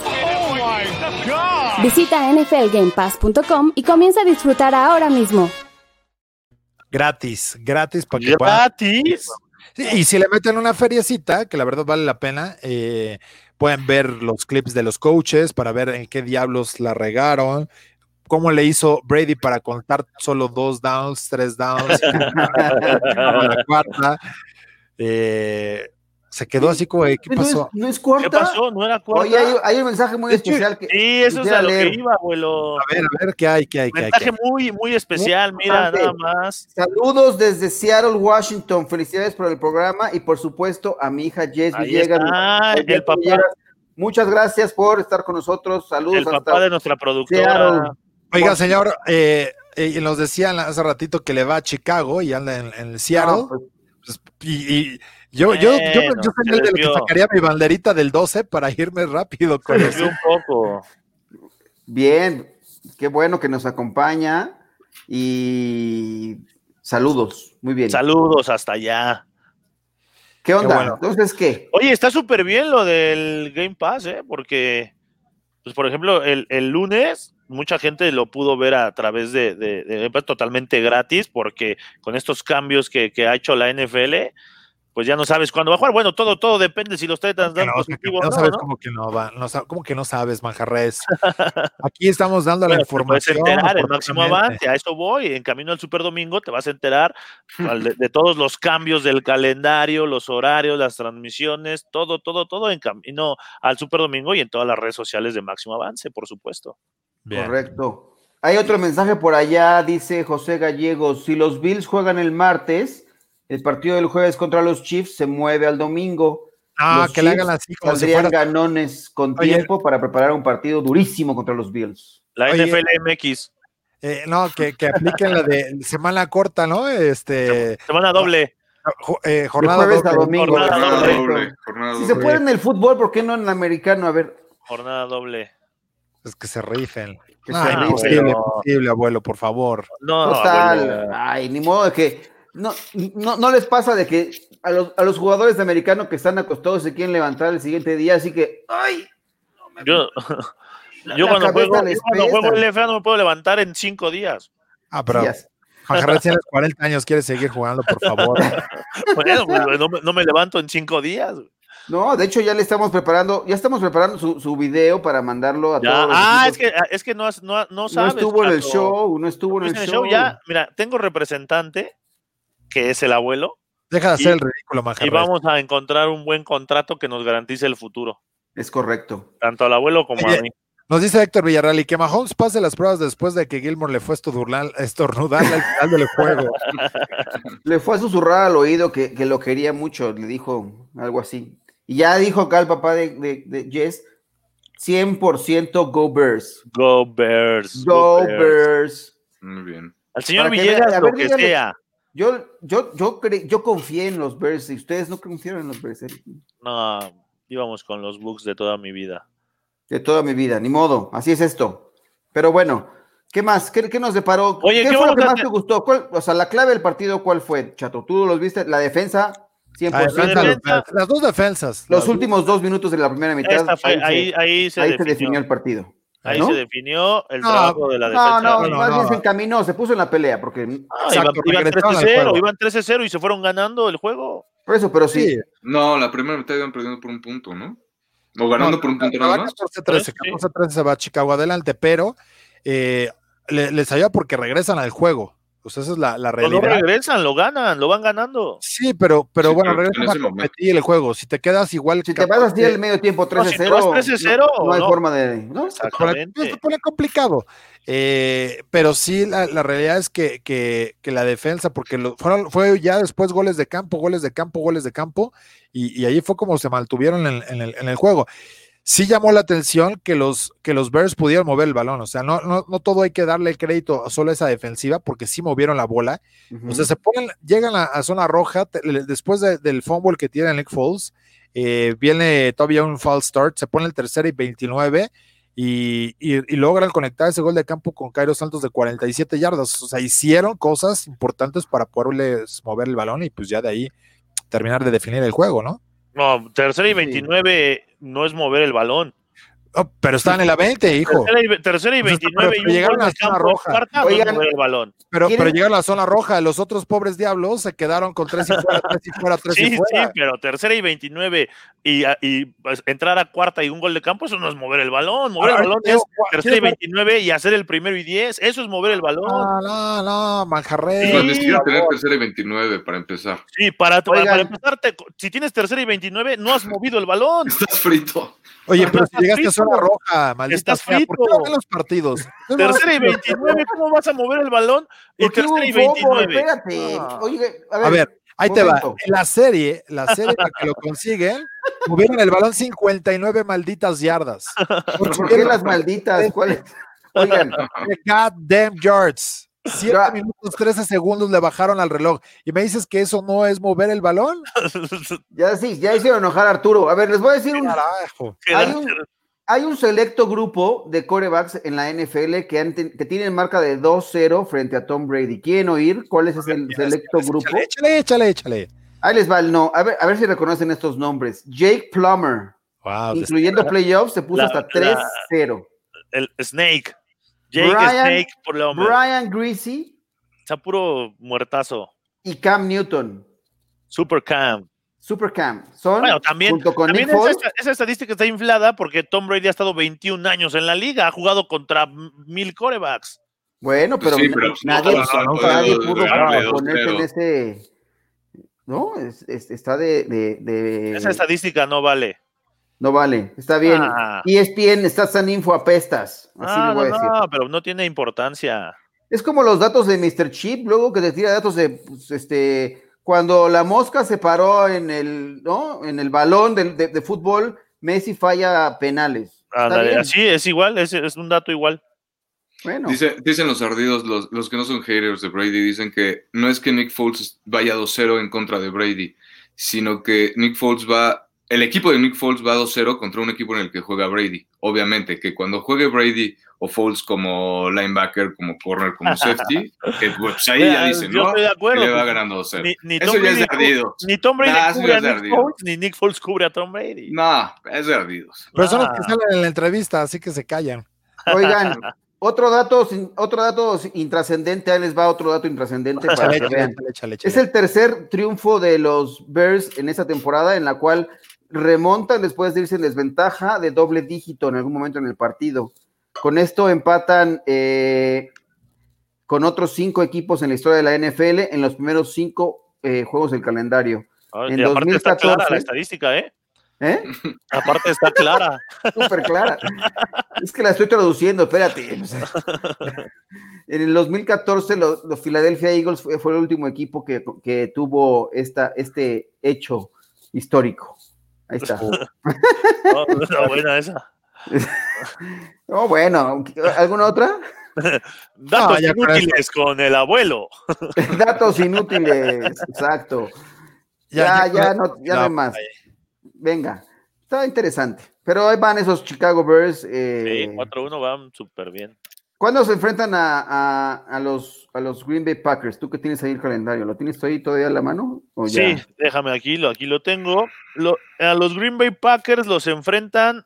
S6: Visita nflgamepass.com y comienza a disfrutar ahora mismo.
S5: Gratis, gratis para que puedan-
S2: gratis.
S5: Sí, y si le meten una feriecita, que la verdad vale la pena, eh, pueden ver los clips de los coaches para ver en qué diablos la regaron, cómo le hizo Brady para contar solo dos downs, tres downs, la cuarta. Eh, se quedó así como, de, ¿qué
S3: Pues ¿No es,
S5: pasó?
S3: no es cuarta?
S2: ¿Qué pasó? ¿No era cuarta?
S3: Oye, hay, hay un mensaje muy
S5: De hecho,
S3: especial que
S2: sí, eso es
S3: quisiera
S2: a lo
S3: leer.
S2: que iba, abuelo.
S5: A ver, a ver, ¿qué hay? ¿Qué hay? ¿Qué hay? ¿Qué
S2: Mensaje
S5: hay?
S2: muy, muy especial, mira,
S3: importante.
S2: nada más.
S3: Saludos desde Seattle, Washington. Felicidades por el programa y por supuesto a mi hija Jess
S2: Ahí
S3: Villegas.
S2: está,
S3: Jess
S2: el papá,
S3: Villegas, Muchas gracias por estar con nosotros. Saludos
S2: el
S3: hasta-
S2: papá de nuestra productora.
S3: Seattle.
S5: Oiga, señor, eh, eh, nos decían hace ratito que le va a Chicago y anda en, en el Seattle.
S3: No, pues,
S5: Pues, y, y yo, yo, yo, yo
S2: Bueno,
S5: sería el
S2: se
S5: de lo que
S2: desvió.
S5: sacaría mi banderita del 12 para irme rápido con
S2: Se
S5: eso.
S2: vio un poco.
S3: bien, qué bueno que nos acompaña y saludos. Muy bien.
S2: Saludos hasta allá.
S3: ¿Qué onda?
S5: Qué bueno.
S3: Entonces, ¿qué?
S2: Oye, está súper bien lo del Game Pass, ¿eh? Porque, pues, por ejemplo, el, el lunes mucha gente lo pudo ver a través de, de- de Game Pass totalmente gratis, porque con estos cambios que, que ha hecho la NFL, pues ya no sabes cuándo va a jugar. Bueno, todo, todo depende si los Titans
S5: Que
S2: dan
S5: no, que
S2: positivo o
S5: no
S2: no,
S5: sabes
S2: ¿no?
S5: cómo que no va, no sab- cómo que no sabes, manjarres. Aquí estamos dando la
S2: Bueno, te puedes
S5: información.
S2: enterar el máximo avance,
S5: oportunamente.
S2: a eso voy. En camino al Super Domingo te vas a enterar al de, de todos los cambios del calendario, los horarios, las transmisiones, todo, todo, todo en camino al Super Domingo y en todas las redes sociales de máximo avance, por supuesto.
S5: Bien.
S3: Correcto. Hay otro mensaje por allá, dice José Gallegos. Si los Bills juegan el martes, el partido del jueves contra los Chiefs se mueve al domingo.
S5: Ah,
S3: Los
S5: que le
S3: Chiefs
S5: hagan así como si
S3: Saldrían
S5: fuera.
S3: ganones con
S5: Oye.
S3: tiempo para preparar un partido durísimo contra los Bills.
S2: La
S5: Oye.
S2: NFL MX,
S5: eh, no, que, que apliquen la de semana corta, ¿no? Este
S2: semana doble.
S5: jo- eh,
S3: De
S5: jornada
S3: jueves a
S5: doble.
S3: domingo.
S2: Jornada
S4: Jornada
S2: doble.
S4: doble, jornada
S3: Si Ah, se
S4: doble.
S3: puede en el fútbol, ¿por qué no en el americano? A ver,
S2: Jornada doble.
S5: Es que se rifen.
S3: que
S5: No,
S3: se
S2: rifen.
S3: rife.
S5: imposible,
S2: abuelo.
S5: imposible, abuelo, por favor.
S2: No,
S3: Total.
S2: abuelo.
S3: Ay, ni modo de que. No, no, no les pasa de que a los, a los jugadores de americano que están acostados se quieren levantar el siguiente día, así que. ¡Ay!
S2: yo,
S3: La-
S2: yo
S3: la
S2: cuando
S3: cabeza
S2: juego, yo
S3: les
S2: cuando
S3: pesa.
S2: juego el FA no me puedo levantar en cinco días.
S5: Ah, pero
S3: Ya sé.
S5: Manjarres tiene 40 años, quiere seguir jugando, por favor.
S2: Bueno, pues, no, me- no me levanto en cinco días.
S3: No, de hecho ya le estamos preparando, ya estamos preparando su, su video para mandarlo a
S2: Ya.
S3: todos. los
S2: Ah, es
S3: equipos.
S2: que, es que no, has- no, no
S3: no
S2: sabes.
S3: estuvo en el
S2: Pato.
S3: show, no estuvo en el
S2: Luis en
S3: show.
S2: el show ya, mira, tengo representante que es el abuelo
S5: Deja de hacer
S2: Y-
S5: el ridículo,
S2: y
S5: Manjarres.
S2: vamos a encontrar un buen contrato que nos garantice el futuro,
S3: Es correcto.
S2: tanto al abuelo como
S5: Oye,
S2: a mí.
S5: Nos dice Héctor Villarreal y que Mahomes pase las pruebas después de que Gilmore le fue a estornudar- a estornudarle al final del juego.
S3: Le fue a susurrar al oído que, que lo quería mucho, le dijo algo así. Y ya dijo acá el papá de, de, de Jess, 100% Go Bears.
S2: Go Bears.
S3: Go
S2: go Bears.
S3: Bears.
S4: Muy bien.
S2: Al señor
S3: Para que
S2: Villegas,
S3: vea, a
S2: lo
S3: ver,
S2: que
S3: dígale.
S2: sea.
S3: Yo, yo, yo, cre- yo confié en los Bears y ustedes no confiaron en los Bears ¿eh?
S2: No, íbamos con los books de toda mi vida.
S3: de toda mi vida, ni modo, así es esto. Pero bueno, ¿qué más? ¿Qué, qué nos deparó?
S2: Oye,
S3: ¿Qué
S2: ¿qué
S3: fue lo
S2: vamos
S3: que
S2: a
S3: más
S2: hacer?
S3: te gustó? ¿Cuál- o sea, la clave del partido, ¿cuál fue? Chato, tú los viste, la defensa, 100%.
S5: La defensa,
S2: defensa.
S5: los- las dos defensas.
S3: Los
S5: Las-
S3: últimos dos minutos de la primera mitad.
S2: Esta fue-
S3: se-
S2: ahí, ahí se
S3: ahí
S2: definió.
S3: el partido.
S2: ahí
S3: ¿no?
S2: se definió el
S5: No,
S2: trabajo de la
S3: No,
S2: defensa.
S3: no,
S5: no,
S3: más
S5: no.
S3: bien se encaminó, se puso en la pelea, porque
S2: Ah,
S5: Exacto,
S2: iban iban
S5: regresaron al
S2: 13-0,
S5: juego.
S2: iban 13-0 y se fueron ganando el juego.
S3: por eso, pero sí,
S5: Sí,
S4: No, la primera mitad iban perdiendo por un punto, ¿no? O ganando
S5: No,
S4: por un punto
S5: va
S4: nada más.
S5: 14-13,
S2: Sí.
S5: 14-13 se va a Chicago adelante, pero eh, le- les ayuda porque regresan al juego. Pues esa es la, la
S2: Pero No
S5: realidad.
S2: regresan, lo ganan, lo van ganando.
S5: Sí, pero, pero
S4: Sí,
S5: bueno,
S4: pero en
S5: regresan
S4: ese
S5: a competir el juego. Si te quedas igual
S3: si te vas así el medio tiempo 3-0,
S2: No, si tú vas 13-0,
S3: no, no hay
S2: no.
S3: forma de... ¿no?
S5: Para
S2: Exactamente.
S5: se pone complicado. Eh, pero sí, la, la realidad es que, que- que la defensa, porque lo- fueron, fue ya después goles de campo, goles de campo, goles de campo, y, y ahí fue como se mantuvieron en, en el, en el juego. Sí llamó la atención que los, que los Bears pudieron mover el balón, o sea, no, no, no todo hay que darle crédito a solo esa defensiva, porque sí movieron la bola, o sea, se ponen, llegan a, a zona roja, te- le- después de- del fumble que tiene Nick Foles, eh, viene todavía un false start, se pone el tercer y 29 y, y, y logran conectar ese gol de campo con Cairo Santos de 47 yardas. O sea, hicieron cosas importantes para poderles mover el balón y pues ya de ahí terminar de definir el juego, ¿no?
S2: No, tercera y 29 no es mover el balón.
S5: No, Oh, pero están en la 20, hijo.
S2: Tercera y, tercera y
S5: Pues,
S2: 29
S5: pero
S2: y un
S5: llegaron
S2: gol
S5: a
S2: de
S5: zona
S2: campo
S5: roja.
S2: Esparta, no
S3: Oigan,
S2: es mover el balón.
S5: Pero,
S3: ¿Quieren-
S5: pero llega la zona roja. Los otros pobres diablos se quedaron con tres y fuera, tres y fuera, tres
S2: Sí,
S5: y
S2: sí,
S5: fuera.
S2: pero tercera y 29 y, a- y, pues, entrar a cuarta y un gol de campo, eso no es mover el balón. Mover
S5: Ahora,
S2: el balón
S5: Leo,
S2: es tercera y
S5: ¿quieres ver?
S2: 29 y hacer el primero y 10. Eso es mover el balón.
S5: No, Ah, no, no, manjarré.
S2: Sí,
S4: Cuando quisiera tener
S5: favor.
S4: tercera y 29 para empezar.
S2: Sí, para, para,
S3: Oigan.
S2: para empezar, te- si tienes tercera y 29, no has movido el balón.
S4: Estás frito.
S5: Oye, pero si
S2: Estás
S5: llegaste a
S2: frito.
S5: zona roja, maldita
S2: Estás
S5: sea, ¿por qué
S2: frito.
S5: no ven los partidos?
S2: Tercera y 29, ¿cómo vas a mover el balón? Y
S3: ¿Por qué hubo
S2: tercera y
S3: un fútbol?
S2: 29.
S3: Espérate.
S5: Ah.
S3: Oye,
S5: A ver, ahí te va.
S3: momento.
S5: En la serie, la serie en la que lo consiguen, tuvieron el balón 59 malditas yardas.
S3: ¿por qué las malditas? ¿Cuál es? Oigan,
S5: God damn yards. 7
S3: Ya.
S5: minutos 13 segundos le bajaron al reloj. ¿Y me dices que eso no es mover el balón?
S3: ya sí, ya hicieron enojar a Arturo. A ver, les voy a decir un,
S5: Carajo.
S3: Hay un, hay un selecto grupo de corebacks en la NFL que, han ten- que tienen marca de 2-0 frente a Tom Brady. ¿Quieren oír cuál es ese selecto grupo?
S5: Échale, échale, échale, échale.
S3: Ahí les va el no. A ver, a ver si reconocen estos nombres. Jake Plummer,
S5: Wow, des-
S3: incluyendo playoffs, se puso
S2: Ah, pues La-
S3: hasta
S2: la-
S3: 3-0.
S2: El Snake. Jake
S3: Brian-
S2: Snake, por lo menos.
S3: Brian Greasy
S2: Está puro muertazo.
S3: y Cam Newton.
S2: Super Cam.
S3: Super Cam. Son,
S2: Bueno, también,
S3: junto con
S2: también
S3: Nick
S2: esa,
S3: Foles,
S2: esta- esa estadística está inflada porque Tom Brady ha estado 21 años en la liga, ha jugado contra m- mil corebacks.
S3: Bueno,
S4: Pues
S3: pero,
S4: sí,
S3: na-
S4: pero pues,
S3: nadie,
S4: no estaba hablando
S3: nadie
S4: de
S3: pudo
S4: ganarle
S3: ponerte en
S4: 2-0.
S3: ese. No, es- es- está de, de- de-
S2: Esa estadística no vale.
S3: No vale, está bien. E
S2: Ah.
S3: Y es bien, estás tan info apestas. Así
S2: No,
S3: le voy
S2: Ah, no,
S3: a decir.
S2: no, pero no tiene importancia.
S3: Es como los datos de Mr. Chip, luego que te tira datos de pues, este. Cuando la mosca se paró en el, ¿no? En el balón del- de, de fútbol, Messi falla penales. Está
S2: Ándale,
S3: bien.
S2: así es igual, es, es un dato igual.
S3: Bueno,
S4: Dice- dicen los ardidos, los, los que no son haters de Brady, dicen que no es que Nick Foles vaya 2-0 en contra de Brady, sino que Nick Foles va, el equipo de Nick Foles va 2-0 contra un equipo en el que juega Brady. Obviamente que cuando juegue Brady o Foles como linebacker, como corner, como safety, que, pues ahí ya
S2: Eh,
S4: dicen,
S2: yo
S4: ¿no?
S2: estoy de
S4: Que
S2: acuerdo.
S4: le va
S2: pues,
S4: ganando 2-0.
S2: ni, ni
S4: Eso
S2: Tom
S4: ya es
S2: Brady
S4: de
S2: cu-
S4: ardidos.
S2: ni Tom Brady
S4: Nah, eso
S2: cubre
S4: ya
S2: a
S4: es de
S2: Nick
S4: ardido.
S2: Foles, ni Nick Foles cubre a Tom Brady.
S4: No, es de ardidos.
S5: Pero son los
S2: Ah.
S5: que salen en la entrevista, así que se callan.
S3: oigan, otro dato, sin- otro dato intrascendente, ahí les va otro dato intrascendente para
S5: Échale,
S3: que
S5: échale,
S3: vean.
S5: échale, échale,
S3: Es
S5: échale.
S3: el tercer triunfo de los Bears en esta temporada, en la cual remontan después de irse en desventaja de doble dígito en algún momento en el partido. Con esto empatan eh, con otros cinco equipos en la historia de la NFL en los primeros cinco eh, juegos del calendario.
S2: Ah,
S3: en
S2: y aparte está clara
S3: 2014.
S2: la estadística, ¿eh?
S3: ¿Eh?
S2: Aparte está clara.
S3: Súper clara. Es que la estoy traduciendo, espérate. En el 2014, los, los Philadelphia Eagles fue, fue el último equipo que, que tuvo esta, este hecho histórico. Ahí está.
S2: No, no está buena
S3: Ah,
S2: esa.
S3: Oh, bueno, ¿alguna otra?
S2: Datos
S5: ya con
S2: inútiles con el abuelo.
S3: Datos inútiles, exacto. Ya, ya, no, ya no hay más. Venga, está interesante. Pero ahí van esos Chicago Bears. eh,
S2: Sí, 4-1 van súper bien.
S3: ¿Cuándo se enfrentan a, a, a los, a los Green Bay Packers? ¿Tú que tienes ahí el calendario? ¿Lo tienes ahí todavía a la mano? ¿O Oh, ya?
S2: Sí, déjame aquí, lo, aquí lo tengo. Lo- a los Green Bay Packers los enfrentan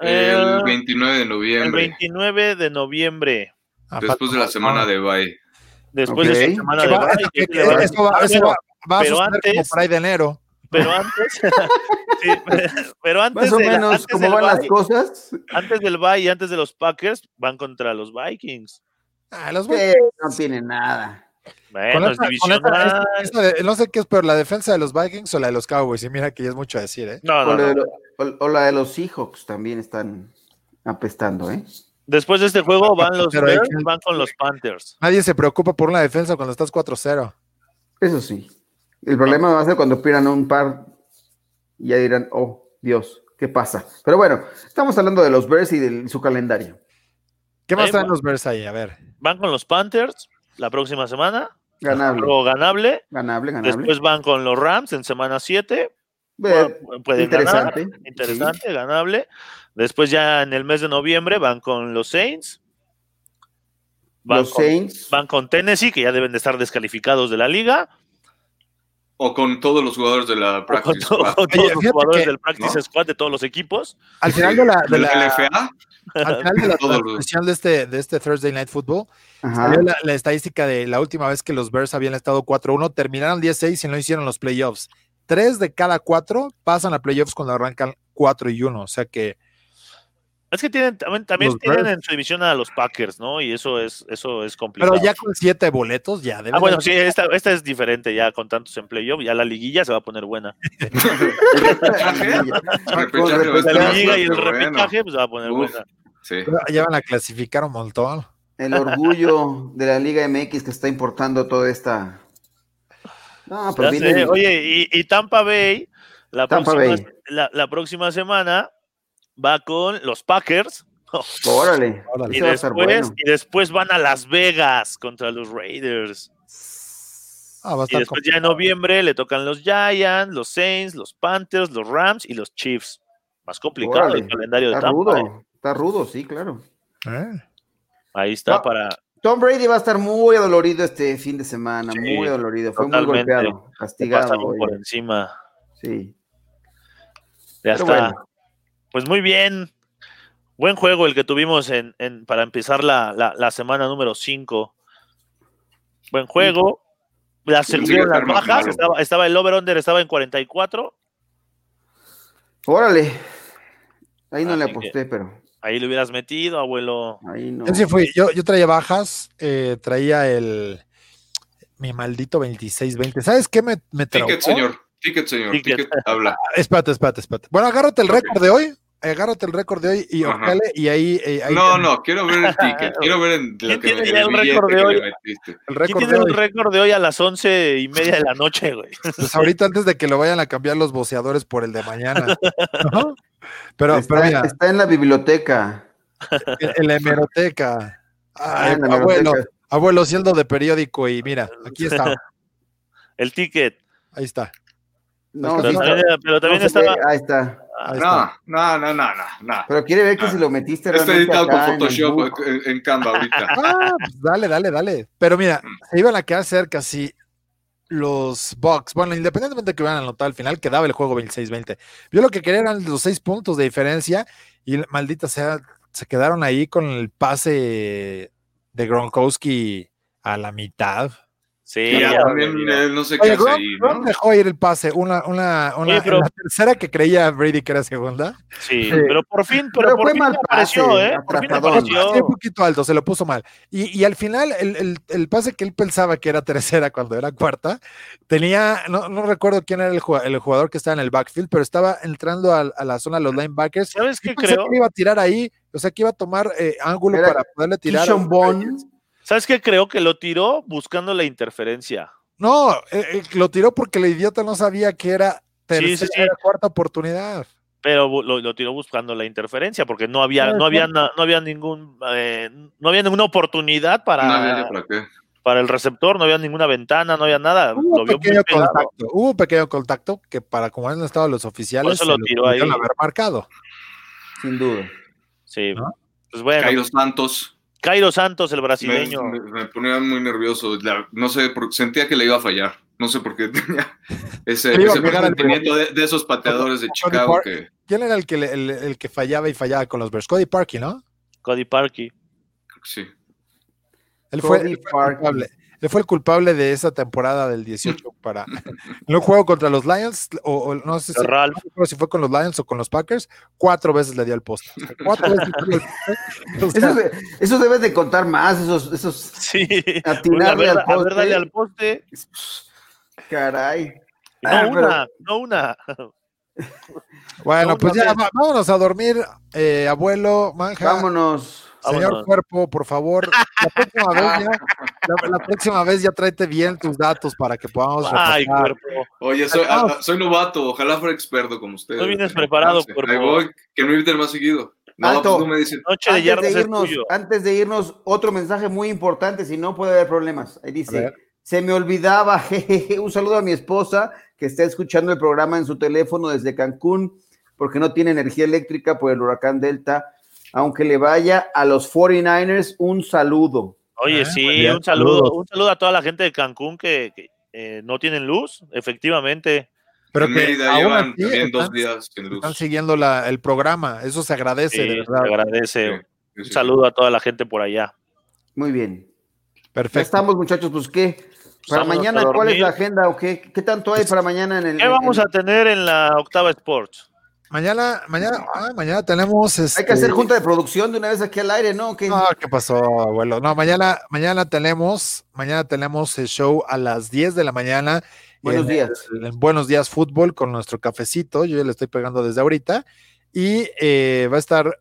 S2: eh,
S4: El 29 de
S2: el
S4: noviembre,
S2: 29 de noviembre,
S5: Ah,
S4: después de la
S5: falta-
S4: semana de bye.
S2: después de
S3: Ok.
S2: esa semana
S5: Que
S2: de
S5: va-
S2: bye,
S5: que-
S2: que le va-
S5: que eso va-
S2: Ah,
S5: eso va-
S2: bueno,
S5: va a
S2: pero
S5: suceder como
S2: antes-
S5: por ahí de enero.
S2: Pero antes, sí, pero antes
S3: Más o
S2: de la-
S3: menos,
S2: antes
S3: ¿cómo
S2: del
S3: van las
S2: bye-
S3: cosas?
S2: antes del bye y antes de los Packers van contra los Vikings.
S5: Ah, los
S3: Eh, no tiene nada.
S5: Con
S2: Bueno, es
S5: esta- con esta-
S2: divisional.
S5: esta- esta de- no sé qué es peor, la defensa de los Vikings o la de los Cowboys. Y mira que ya es mucho decir, ¿eh?
S2: No,
S3: o,
S2: no,
S3: la de
S2: no.
S3: lo- o- o la de los Seahawks también están apestando, ¿eh?
S2: Después de este juego van los
S5: Pero hay
S2: Bears,
S5: que-
S2: van con los Panthers.
S5: Nadie se preocupa por una defensa cuando estás 4-0.
S3: Eso sí. El problema va a ser cuando pierdan un par y ya dirán, oh, Dios, ¿qué pasa? Pero bueno, estamos hablando de los Bears y de su calendario.
S5: ¿Qué más
S2: Eh,
S5: traen
S2: bueno.
S5: los Bears ahí? A ver.
S2: Van con los Panthers la próxima semana,
S3: Ganable,
S2: o ganable.
S3: ganable, ganable.
S2: Después van con los Rams en semana 7 Bueno, pueden
S3: interesante.
S2: ganar, interesante, ganable. Después ya en el mes de noviembre van con los Saints. Van
S3: Los
S2: con-
S3: Saints.
S2: Van con Tennessee, que ya deben de estar descalificados de la liga.
S4: O con todos los jugadores de la
S2: o Con,
S4: practice.
S2: to-
S4: squad.
S2: con
S5: Oye,
S2: todos los
S5: fíjate
S2: jugadores
S5: que-
S2: del Practice
S4: ¿no?
S2: Squad de todos los equipos.
S5: Al final de la, de
S4: ¿Del
S5: la-
S4: LFA?
S5: al final de la
S4: Todos los-
S5: transmisión de este, de este Thursday Night Football,
S4: Ah.
S3: Ajá.
S5: salió la, la estadística de la última vez que los Bears habían estado 4-1, terminaron 10-6 y no hicieron los playoffs. Tres de cada cuatro pasan a playoffs cuando arrancan 4 y 1. O sea que
S2: Es que tienen también, también
S5: Los
S2: tienen
S5: Bears.
S2: en su división a los Packers, ¿no? Y eso es, eso es complicado.
S5: Pero ya con siete boletos, ya debe.
S2: Ah, bueno, sí, esta, esta es diferente ya con tantos en playoff, ya la liguilla se va a poner buena.
S3: Pues
S4: Repechaje va a
S2: La
S4: estar
S3: Repechaje.
S4: más
S2: liguilla y el
S4: fuerte, bueno.
S2: repechaje pues, se va a poner
S4: Uf.
S2: buena.
S4: Sí.
S5: Ya van a clasificar un montón.
S3: El orgullo de la Liga MX que está importando toda esta. No, pero
S2: Ya sé,
S3: viene-
S2: Oye, y, y Tampa Bay, la,
S3: Tampa
S2: próxima,
S3: Bay.
S2: La, la próxima semana va con los Packers
S3: Órale.
S5: Órale.
S2: y
S3: Ese va a estar
S2: después,
S3: bueno.
S2: y después van a Las Vegas contra los Raiders.
S5: Ah, va a
S2: Y
S5: estar
S2: después ya en noviembre le tocan los Giants, los Saints, los Panthers, los Rams y los Chiefs. Más complicado
S3: Órale,
S2: el calendario de
S3: Está
S2: Tampa. eh.
S3: rudo. Está rudo, sí, claro.
S5: complicado. ¿Eh?
S2: Ahí está
S3: Va-
S2: para
S3: Tom Brady va a estar muy adolorido este fin de semana,
S2: Sí,
S3: muy adolorido. Fue muy
S2: totalmente.
S3: golpeado, castigado.
S2: pasaron
S3: oye.
S2: por encima.
S3: Sí.
S2: Ya
S3: Pero
S2: está.
S3: bueno.
S2: Pues muy bien. Buen juego el que tuvimos en, en- para empezar la, la- la semana número 5. Buen juego. La
S4: Sí,
S2: subieron
S4: sí,
S2: las
S4: está
S2: bajas.
S4: armado.
S2: Estaba, estaba el over-under, estaba en 44.
S3: Órale. Ahí no le
S2: Así que-
S3: aposté, pero
S2: Ahí lo hubieras metido, abuelo.
S3: ahí no.
S5: Yo sí fui, yo, yo traía bajas, eh, traía el mi maldito 26-20. ¿Sabes qué me, me traumó? Ah,
S4: Ticket, señor. Ticket, señor.
S2: Ticket.
S4: Ticket, habla.
S5: Espérate, espérate, espérate. Bueno, agárrate el récord de hoy. Agárrate el récord de hoy y
S4: Ajá.
S5: órale, y ahí, eh, ahí
S4: No,
S5: el-
S4: no, quiero ver el ticket. Quiero ver en
S2: ¿Quién
S4: lo que,
S2: tiene
S4: el
S2: ya un
S4: billete
S2: récord de
S4: que
S2: hoy?
S4: le metiste.
S5: el
S2: ¿Quién
S5: récord de
S2: tiene un
S5: hoy.
S2: récord de hoy a las once y media de la noche, güey?
S5: Pues ahorita antes de que lo vayan a cambiar los voceadores por el de mañana. ¿no? Pero,
S3: está,
S5: pero mira,
S3: está en la biblioteca.
S5: en- en la hemeroteca.
S3: Ah,
S5: Ay,
S3: en la
S5: abuelo,
S3: biblioteca.
S5: abuelo siendo de periódico y mira, aquí está,
S2: El ticket.
S5: ahí está.
S3: No,
S5: Pero
S3: sí,
S2: Pero
S5: está-
S2: también, pero también
S3: no se ve,
S2: estaba.
S3: Ahí está.
S5: Ahí está. Pues
S4: No, no, no, no, no. no.
S3: Pero quiere ver que
S4: Ah.
S3: si lo metiste
S4: Está
S3: realmente
S4: editado con
S3: acá en el book.
S4: Photoshop eh, en, en Canva ahorita.
S5: Ah, pues dale, dale, dale. Pero mira, se iban a quedar cerca si los Bucks, bueno, independientemente de que hubieran anotado al final, quedaba el juego 26-20. Yo lo que quería eran los seis puntos de diferencia y maldita sea, se quedaron ahí con el pase de Gronkowski a la mitad.
S2: Sí,
S4: Y ya
S2: ya,
S4: también
S2: güey.
S4: él no sé qué
S5: Oye,
S4: hace
S5: Gronk,
S4: ahí, ¿no?
S5: Gronk dejó ir el pase, una, una, una
S2: Oye, pero-
S5: la tercera que creía Brady que era segunda.
S2: Sí,
S5: Sí.
S2: pero por fin, pero,
S3: Pero
S2: por
S3: fue
S2: fin
S3: mal
S2: apareció,
S3: pase,
S2: ¿eh? Por fin
S3: atrapadón.
S2: apareció.
S5: Sí, un poquito alto, se lo puso mal. Y, y al final, el, el- el pase que él pensaba que era tercera cuando era cuarta, tenía, no, no recuerdo quién era el jua- el jugador, que estaba en el backfield, pero estaba entrando al- a, la zona de los linebackers.
S2: ¿Sabes qué
S5: Yo pensé
S2: creo?
S5: que le iba a tirar ahí, o sea que iba a tomar eh, ángulo
S3: Era
S5: para poderle tirar. a
S3: Keyshawn
S5: los Raiders.
S3: Bond.
S2: ¿Sabes qué? Creo que lo tiró buscando la interferencia.
S5: No, eh, eh, lo tiró porque el idiota no sabía que era tercera,
S2: Sí, sí, sí.
S5: era cuarta oportunidad.
S2: Pero bu- lo, lo tiró buscando la interferencia porque no había,
S5: Ah,
S2: no había, na- no había ningún, eh, no había ninguna oportunidad
S4: No había
S2: para,
S4: ya para qué.
S2: para el receptor, no había ninguna ventana, no había nada.
S5: Hubo
S2: Lo
S5: un
S2: vio muy
S5: pequeño
S2: pegado.
S5: contacto, hubo un pequeño contacto que para como han estado los oficiales,
S2: Por eso lo
S5: se
S2: tiró ahí.
S5: pudieron haber marcado.
S3: Sin duda.
S2: Sí.
S5: ¿No?
S2: Pues bueno, Cairo,
S4: Cairo Santos.
S2: Santos, el
S4: Me,
S2: brasileño.
S4: me- me ponía muy nervioso. la- no sé, por- sentía que le iba a fallar. No sé por qué tenía ese,
S5: Le iba a
S4: ese
S5: pegar al
S4: presentimiento de, de esos pateadores de
S5: Tony
S4: Chicago
S5: Park.
S4: que
S5: ¿Quién era el que, le- el, el que fallaba y fallaba con los Bears? Cody Parkey, ¿no?
S2: Cody Parkey.
S4: sí.
S5: Él fue,
S3: Cody
S5: él fue el
S3: Parkey.
S5: culpable. Él fue el culpable de esa temporada del 18 para en un juego contra los Lions, o, o no sé si, no
S2: Ralph.
S5: recuerdo si fue con los Lions o con los Packers, cuatro veces le dio el poste. Cuatro veces le dio el poste. O sea,
S3: Eso, eso debes de contar más, esos, esos
S2: Sí. A
S3: atinarle
S2: ver,
S3: al
S2: a ver, dale
S3: poste.
S2: al poste.
S3: Caray.
S2: Y No
S3: Ah, pero-
S2: una, no una.
S5: bueno,
S2: No,
S5: pues
S2: no,
S5: ya
S2: no.
S5: va- vámonos a dormir, eh, abuelo, manja.
S3: Vámonos.
S5: Señor
S2: Vámonos.
S5: cuerpo, por favor, la próxima vez ya, la, la próxima vez ya tráete bien tus datos para que podamos
S2: Ay,
S5: repasar.
S2: cuerpo.
S4: Oye, soy,
S5: Ah,
S4: ah, soy novato. Ojalá fuera experto como ustedes.
S2: Tú vienes preparado, cuerpo.
S4: Ahí voy. Que me inviten más seguido. No,
S3: Alto.
S4: pues no me dicen.
S2: Noche de
S3: Antes
S2: yardas
S3: de,
S2: es
S3: irnos,
S2: tuyo.
S3: antes de irnos, otro mensaje muy importante, si no puede haber problemas. Ahí
S5: A
S3: dice,
S5: ver.
S3: se me olvidaba, jejeje, un saludo a mi esposa que está escuchando el programa en su teléfono desde Cancún porque no tiene energía eléctrica por el huracán Delta. Aunque le vaya a los 49ers, un saludo.
S2: Oye,
S5: Ah, buen
S2: sí,
S5: día,
S2: un saludo,
S5: saludos.
S2: un saludo a toda la gente de Cancún que, que, eh, no tienen luz, efectivamente.
S5: Pero
S4: en
S5: que
S4: Mérida
S5: aún
S4: llevan
S5: así
S4: también dos
S5: están-
S4: días sin luz.
S5: Están siguiendo la- el programa, eso se agradece,
S2: Sí,
S5: de
S2: Eh, se
S5: verdad.
S2: agradece.
S4: Sí, sí,
S2: Un
S4: sí.
S2: saludo a toda la gente por allá.
S3: Muy bien. Ya
S5: Perfecto.
S3: estamos, muchachos, pues qué. Para
S2: Vámonos
S3: mañana,
S2: a dormir. Pues,
S3: ¿cuál es la agenda o qué? ¿Qué tanto hay para mañana en el.
S2: ¿Qué vamos
S3: en-
S2: a tener en la Octava Sports?
S5: Mañana, mañana, ah, mañana tenemos.
S3: Hay que hacer
S5: este,
S3: junta de producción de una vez aquí al aire, ¿no? ¿Qué?
S5: No, ¿qué pasó, abuelo? No, mañana, mañana tenemos, mañana tenemos el show a las 10 de la mañana.
S3: Buenos
S5: en-
S3: días.
S5: en Buenos días fútbol con nuestro cafecito. Yo ya le estoy pegando desde ahorita. Y eh, va a estar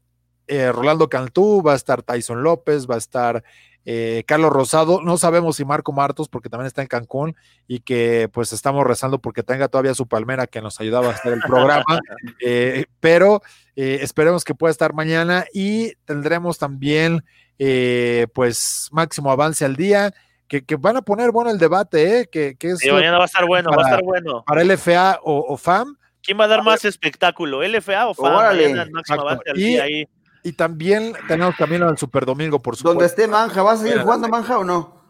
S5: eh, Rolando Cantú, va a estar Tyson López, va a estar eh, Carlos Rosado. No sabemos si Marco Martos, porque también está en Cancún y que pues estamos rezando porque tenga todavía su palmera que nos ayudaba a hacer el programa. Eh, pero eh, esperemos que pueda estar mañana y tendremos también eh, pues máximo avance al día. Que, que van a poner bueno el debate, ¿eh? que, que es
S2: Sí,
S5: lo-
S2: mañana va a estar bueno, va a
S5: para-
S2: estar bueno.
S5: para LFA o, o FAM.
S2: ¿Quién va a dar más espectáculo? ¿LFA o FAM?
S3: Órale.
S2: Mañana en Máximo
S5: Exacto.
S2: Avance al
S5: Y-
S2: día ahí.
S5: Y también tenemos camino al Super Domingo, por
S3: Donde
S5: supuesto.
S3: esté Manja, ¿vas a seguir jugando Manja o no?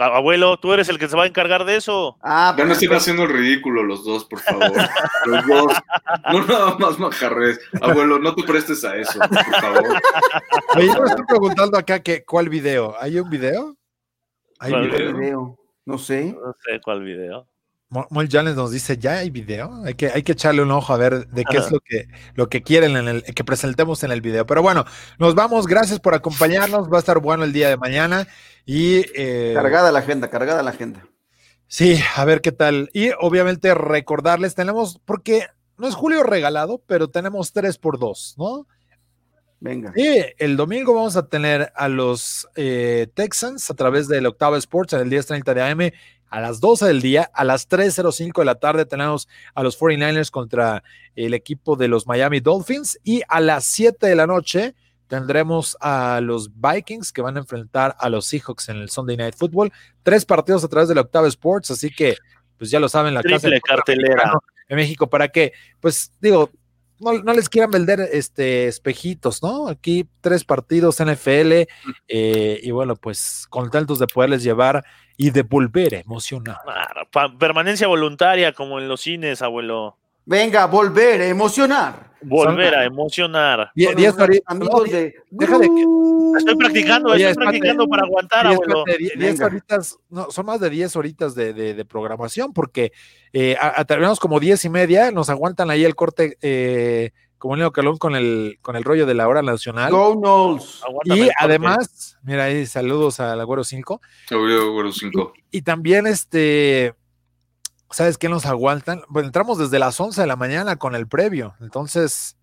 S2: Abuelo, tú eres el que se va a encargar de eso.
S3: Ah,
S4: Ya no
S3: pues,
S4: estén haciendo el ridículo los dos, por favor. Los dos. No nada más majarres. Abuelo, no te prestes a eso, por favor.
S5: Oye, yo me estoy preguntando acá que, cuál video. ¿Hay un video? ¿Hay
S2: ¿Cuál
S5: video?
S2: video?
S3: video. No sé.
S2: No sé cuál video.
S5: Mo- Moy Llanes nos dice, ¿ya hay video? Hay que, hay que echarle un ojo a ver de qué es lo que, lo que quieren en el, que presentemos en el video. Pero bueno, nos vamos. Gracias por acompañarnos. Va a estar bueno el día de mañana. Y eh,
S3: Cargada la agenda, cargada la agenda.
S5: Sí, a ver qué tal. Y obviamente recordarles, tenemos, porque no es julio regalado, pero tenemos tres por dos, ¿no?
S3: Venga.
S5: Y el domingo vamos a tener a los eh, Texans a través del Octava Sports en el 10.30 de AM a las 12 del día, a las 3.05 de la tarde tenemos a los 49ers contra el equipo de los Miami Dolphins y a las 7 de la noche tendremos a los Vikings que van a enfrentar a los Seahawks en el Sunday Night Football. Tres partidos a través del Octava Sports, así que pues ya lo saben, la casa
S2: Triple
S5: del fútbol
S2: cartelera.
S5: americano en México para que, pues digo, no, no les quieran vender este espejitos, ¿no? Aquí tres partidos NFL eh, y bueno, pues contentos de poderles llevar y de volver emocionado.
S2: Ah, pa- Permanencia voluntaria, como en los cines, abuelo.
S3: Venga, volver, emocionar.
S2: Volver a emocionar.
S5: Die-
S3: Son
S5: diez
S3: los
S5: horitas- no,
S3: amigos
S5: die-
S3: de.
S5: deja de que-
S2: Estoy practicando, estoy
S5: Oye, espérate.
S2: practicando para aguantar,
S5: diez
S2: abuelo.
S5: horitas- die- diez
S3: Venga.
S5: horitas, no, son más de 10 horitas de, de- de programación, porque eh, a- a- terminamos como 10 y media, nos aguantan ahí el corte eh, como Leo Calón con el, con el rollo de la hora nacional.
S3: Go Knowles.
S2: Aguántame el
S5: Y
S2: corte.
S5: además, mira ahí, saludos al Agüero 5.
S4: Abuelo, abuelo 5.
S5: Y también, este, ¿sabes qué nos aguantan? Bueno, entramos desde las 11 de la mañana con el previo. Entonces,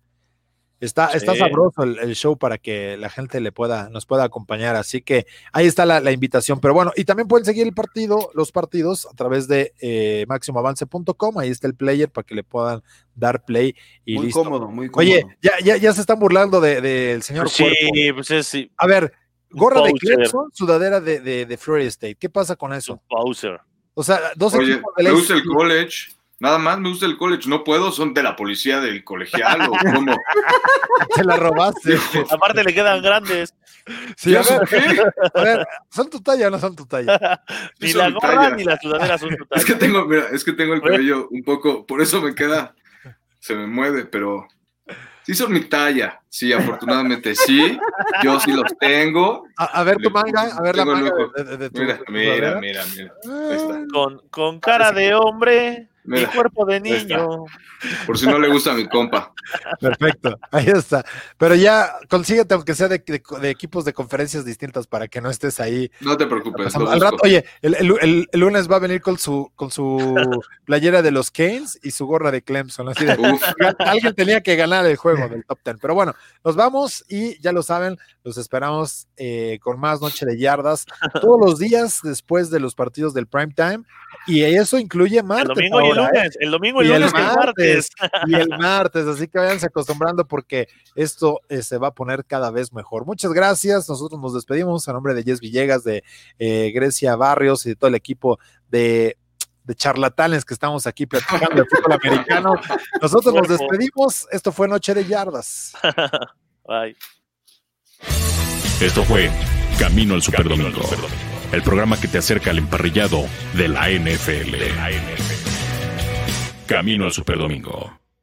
S5: está, está
S2: Sí.
S5: sabroso el, el show para que la gente le pueda, nos pueda acompañar. Así que ahí está la, la invitación. Pero bueno, y también pueden seguir el partido, los partidos a través de eh, máximoavance.com. Ahí está el player para que le puedan dar play y
S3: Muy
S5: listo.
S3: cómodo, muy cómodo.
S5: Oye, ya, ya, ya se están burlando del de, del señor Cuerpo.
S2: Sí, pues es sí,
S5: A ver, gorra de
S2: Poser.
S5: Clemson, sudadera de, de, de Florida State. ¿Qué pasa con
S2: es un
S5: eso?
S2: pauser.
S5: O sea, dos
S4: Oye,
S5: equipos del
S4: me
S5: ACC.
S4: gusta el college. Nada más me gusta el college. No puedo, son de la policía del colegial o cómo.
S5: Te la robaste.
S2: Aparte le quedan grandes.
S5: Sí, a,
S4: ¿Eso
S5: ver,
S4: qué?
S5: a ver, ¿son tu talla o no son tu talla?
S2: Ni
S4: Eso
S2: la
S4: me
S2: gorra
S4: talla.
S2: ni la sudadera son tu
S4: Es que
S2: talla.
S4: tengo, mira, es que tengo el cabello un poco, por eso me queda, se me mueve, pero sí son mi talla. Sí, afortunadamente sí. Yo sí los tengo.
S5: A, a ver tu manga, a ver la
S4: Tengo el
S5: manga
S4: ojo.
S5: de, de- de tu
S4: Mira,
S5: tu
S4: mira,
S5: sudadera.
S4: mira, mira. Ahí está.
S2: Con, con cara de hombre y
S4: Mira,
S2: cuerpo de
S4: ahí está.
S2: niño.
S4: por si no le gusta a mi compa.
S5: Ah, Perfecto, ahí está. Pero ya consíguete, aunque sea de, de- de equipos de conferencias distintas, para que no estés ahí.
S4: No te preocupes. Pues lo
S5: Al rato,
S4: busco.
S5: oye, el, el- el- el lunes va a venir con su, con su playera de los Canes y su gorra de Clemson. Así de,
S4: Uf,
S5: Alguien tenía que ganar el juego del top ten. Pero bueno, nos vamos y ya lo saben, los esperamos eh, con más Noche de Yardas todos los días después de los partidos del prime time. Y eso incluye
S2: El
S5: martes.
S2: domingo y el
S5: ahora, ¿eh?
S2: lunes. El domingo y
S5: Y
S2: el
S5: el
S2: lunes y el martes.
S5: Y el martes, así que váyanse acostumbrando porque esto eh, se va a poner cada vez mejor. Muchas gracias. Nosotros nos despedimos a nombre de Jess Villegas, de eh, Grecia Barrios y de todo el equipo de de charlatanes que estamos aquí platicando de fútbol americano. Nosotros nos despedimos. Esto fue Noche de Yardas.
S2: Bye.
S1: Esto fue Camino al Superdomingo, el programa que te acerca al emparrillado de la NFL. Camino al Superdomingo.